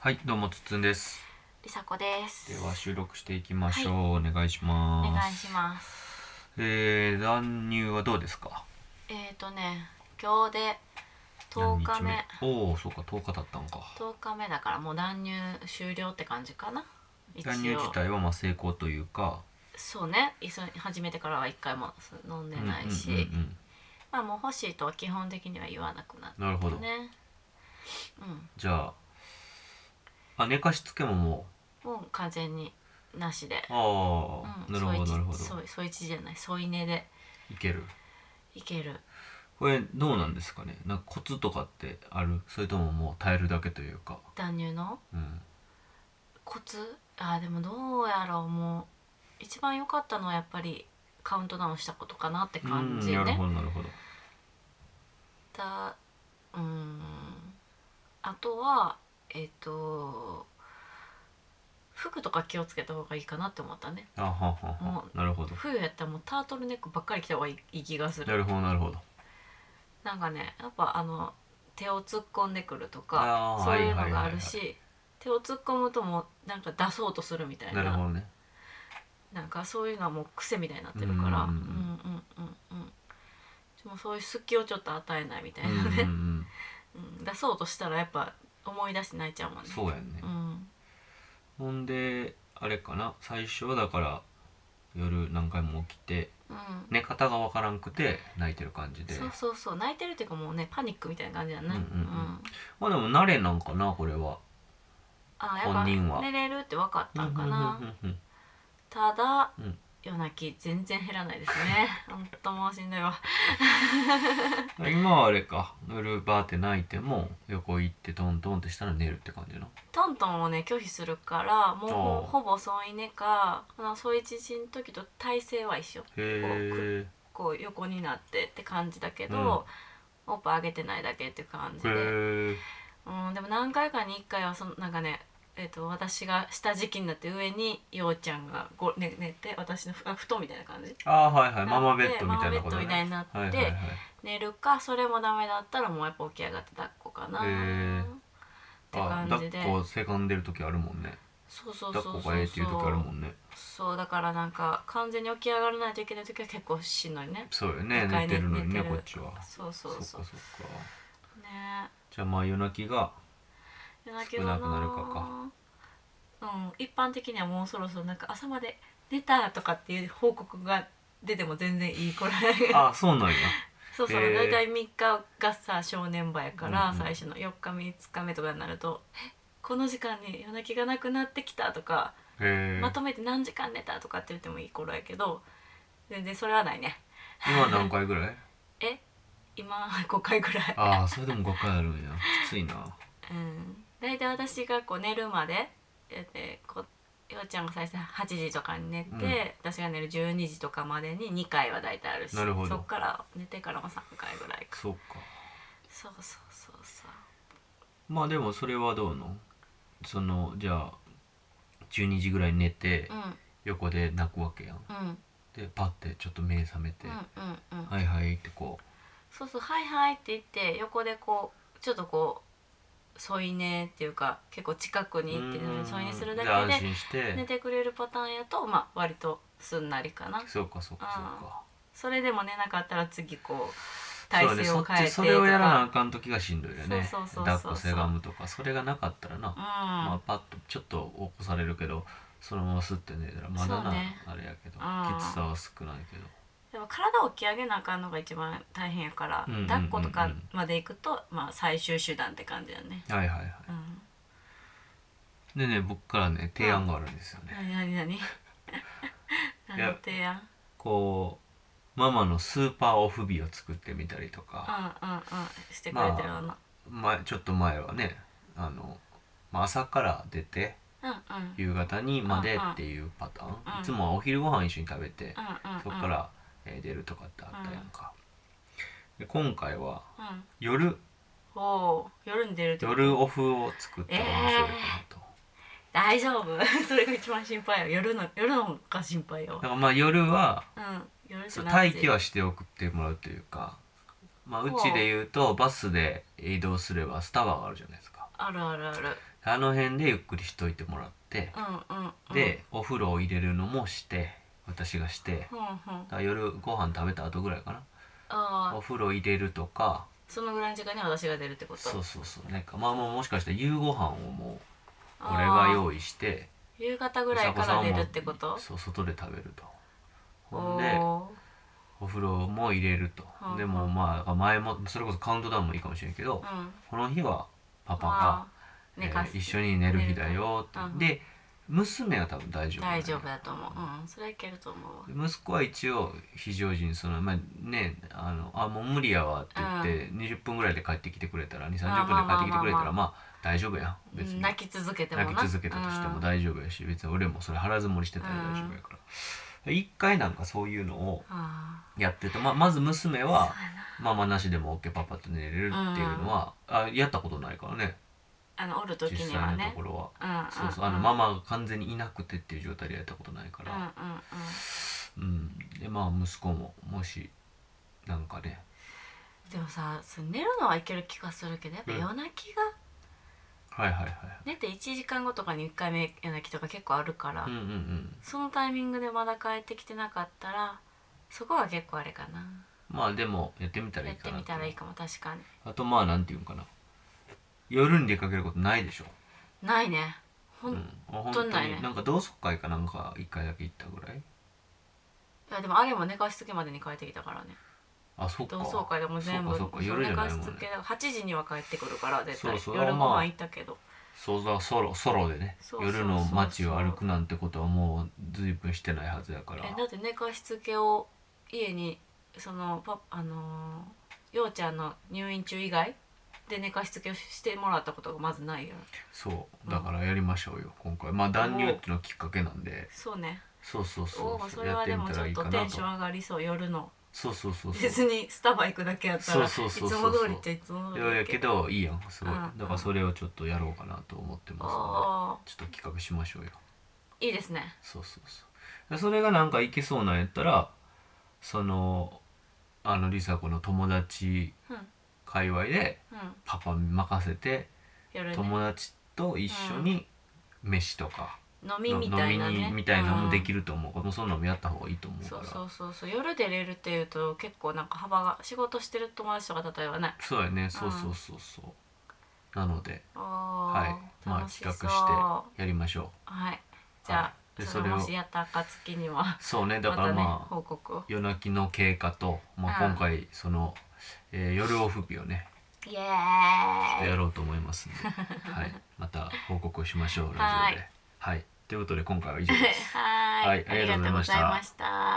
はい、どうも、つっつんです。りさこですでは、収録していきましょう。お願いしまおす。願いしますえー、乱入はどうですかえっ、ー、とね今日で10日目。何おお、そうか、10日だったのか。 10日目だからもう乱入終了って感じかな一乱入自応体はまあ成功というか、そうねいそ始めてからは一回もそ飲んでないし、うんうんうんまあもう欲しいとは基本的には言わなくなっうんなるほたど。ねうんじゃあ、あ、寝かしつけもももう完全になしでう、ああ、うん、なるほど、なるほど。そうそういちじゃない添い寝でいける。いけるこれ、どうなんですかねなんかコツとかってあるそれとももう耐えるだけというか。断乳のうん。コツあーでもどうやろうもう一番良かったのはやっぱりカウントダウンしたことかなって感じうんなるねほど、なるほど。だうーんあとはえっ、と服とか気をつけた方がいいかなって思ったねあはははもなるほど。冬やったらもうタートルネックばっかり着た方がいい気がすなるるほど、なるほど。なんかねやっぱあの手を突っ込んでくるとあかーそういうはのいはいがはいあはいるし手を突っ込むともうなんか出そうとするみたいなるなほどね。なんかそういうのはもう癖みたいになってるからううんんうんうんうんでもそういう隙をちょっと与えないみたいうんなうんうね、ん、うん、出そうとしたらやっぱ思い出して泣いちゃうもんねそうやんねう、んほんであれかな最初はだから夜何回も起きてうん寝方がわからんくて泣いてる感じでそうそうそう泣いてるっていうかもうねパニックみたいな感じだねうんうんうんまあでも慣れなんかなこれはああやっぱ本人は寝れるって分かったんかなうんうんただ、うん夜泣き全然減らないですねほんともうしんどいわうんうん今はあれか夜バーって泣いても横行ってトントンってしたら寝るって感じなトントンをね拒否するからもあーうほぼ添い寝かこの添い乳の時と体勢は一緒へえこう横になってって感じだけど、オープン上げてないだけっていう感じへで、えうん、でも何回かに1回はそのなんかね、えっと私が下敷きになって上に陽ちゃんがご、ね、寝て私のふあ布団みたいな感じああはいはいなマってマベッドみたいなことママベッドみたいねになって、はいはいはい寝るかそれもダメだったらもうやっぱ起き上がって抱っこかな、へーってあ感抱じっでこせかんでる時あるもんねそうそうそうそ抱うっこがええっていう時あるもんねそうだからなんか完全に起き上がらないといけない時は結構しんどいねそうよね一回寝てるのにね寝てこるっちはそうそうっかそそうっかねじゃあまあ夜泣き が夜泣きが少なくなるかうん一般的にはもうそろそろなんか朝まで寝たとかっていう報告が出ても全然いいこらあそうなんや そうそう、へー大体3日がさ正念場やから、うんうん最初の4日3日目とかになると「えこの時間に夜泣きがなくなってきた」とか、へえまとめて何時間寝たとかって言ってもいい頃やけど全然それはないね今何回ぐらいえ今5回 ぐらいああそれでも5回あるんやきついなうん大体私がこう寝るまでえーこようちゃんが最初8時とかに寝て、うん私が寝る12時とかまでに2回は大体あるしなるほどそっから寝てからも3回ぐらいかそっかそうそうそうそうまあでもそれはどうのそのじゃあ12時ぐらいに寝て、うん横で泣くわけやんうんでパッてちょっと目覚めて「うんうんうん、はいはい」ってこそうそう「はいはい」って言って横でこうちょっとこう添い寝っていうか結構近くうに行ってうーん添い寝するじゃあだ安けで心し寝ててくれるパターンやとまあ割とすんなりかなそうかそうかそうかそれでも寝なかったら次こう体そうね勢そをっ変えちてとそれをやらなあかかん時がしんどいよねそうそうそうそう抱っこせがむとかそれがなかったらな、うん、まあ、パッとちょっと起こされるけどそのままスッて寝たらまだそな、うねあれやけどきあーつさは少ないけどでも体を起き上げなあかんのが一番大変やから、うんうんうんうん抱っことかまで行くと、まあ、最終手段って感じだねはいはいはうんいでね僕からね提案があるんですよね、何何 何何の提案こうママのスーパーオフ日を作ってみたりとうんか、うんうんしてくれてるわな、前ちょっと前はねあの、まあ、朝から出てうんうん夕方にまでうんうんっていうパターン、うんいつもはお昼ご飯一緒に食べて、うんうんうんそこから、えー出るとかってあったやんか、で今回はうん夜おお夜に出るってこと夜オフを作ったら面白いかなと。大丈夫 それが一番心配よ夜の夜の方が心配よだからまあ夜はうん夜じそゃうなくて待機はしておくってもらうというか、まあ、うちで言うとバスで移動すればスタバがあるじゃないですかあるあるあるあの辺でゆっくりしといてもらってうんうん、うん、でお風呂を入れるのもして私がしてうんうんあだから夜ご飯食べた後ぐらいかなおあ風呂入れるとかそのぐらいの時間に私が出るってことそうそうそうなんかまあもうもしかしたら夕ご飯をもうあ俺あが用意して夕方ぐらいから出るってことそう外で食べるとほんでおーお風呂も入れるとうんでもまあ前もそれこそカウントダウンもいいかもしれんけどうんこの日はパパがまあ寝かすえー一緒に寝る日だよ寝っる日うんてで娘は多分大丈夫だね大丈夫だと思ううんそれはいけると思うわで息子は一応非常時にそのまあねあのあもう無理やわって言って、20分ぐらいで帰ってきてくれたら2 3 0分で帰ってきてくれたらあまあまあまあまあ大丈夫やん別うにん泣泣き続けてもなき続けたとしても大丈夫やし別に俺もそれ腹積もりしてたら大丈夫やから一回なんかそういうのをうんあやってたままず娘あはママなしでも OK パパと寝れるっていうのは、あやったことないからねあのおる時実には際のとねころは。うんんんそうそうあのママが完全にいなくてっていう状態でやったことないかうんうんら、うんうん、でまあ息子ももしなんかねでもさそれ寝るのはいける気がするけどやっぱうん夜泣きがはいはいはい寝て1時間後とかに1回目夜泣きとか結構あるから、うんうんうんそのタイミングでまだ帰ってきてなかったらそこが結構あれかなまあでもやってみたらやいいっかてなみたらいいかも確かにあとまあなんていうんかな夜に出かけることないでしょ、ないねほ、うんん、本当にないねんか同窓会かなんか一回だけ行ったぐらいいやでもあれも寝かしつけまでに帰ってきたからねあそっか同窓会でも全部そうかそうかそう夜じゃ寝なかいしもんつねけだ8時には帰ってくるから絶対そうそう夜まごあ飯行ったけどそうだソロソロでねそうそうそうそう夜の街を歩くなんてことはもう随分してないはずやからえだって寝かしつけを家にそのパあのーようちゃんの入院中以外で寝かしつけをしてもらったことがまずないよそうだからやりましょうよ今回まあ断乳っていうのがきっかけなんでそうねそうそうそおうおそそうれやっはてでみもたちょらいっいとかテなンシとョン上がりそう夜のそうそうそうそう 別にスタバ行くだけやったらいつそうもそうそうそう通りっちゃいつもい通りやいやけどいいやんすごいうんだからそれをちょっとやろうかなと思ってまあすのでちょっと企画しましょうよーいいですねそうそうそうでそれがなんかいけそうなんやったらそのあのりさ子の友達うんうん界隈でパパに任せて夜ね友達と一緒に飯とか飲みのみたい飲なみにねみたいなのもできるると思うからもうそんなのもやった方がいいと思うかそうらそうそうそう夜出れるっていうと結構なんか幅が仕事してる友達とか例えばねそうやね、そうそうそうそう。なので、は、はいまあ企画してやりましょはいじゃいあでそそれれをもしやった暁にはう。そうね、だまからたねまあ、報告を夜泣きの経過と、まあうん今回その、えー夜オフ日をね、イエやーイろうと思いますんで、はい、また報告をしましょうラジオで。はい、ということで今回は以上です。 はいはいありがとうございましたありがとうございました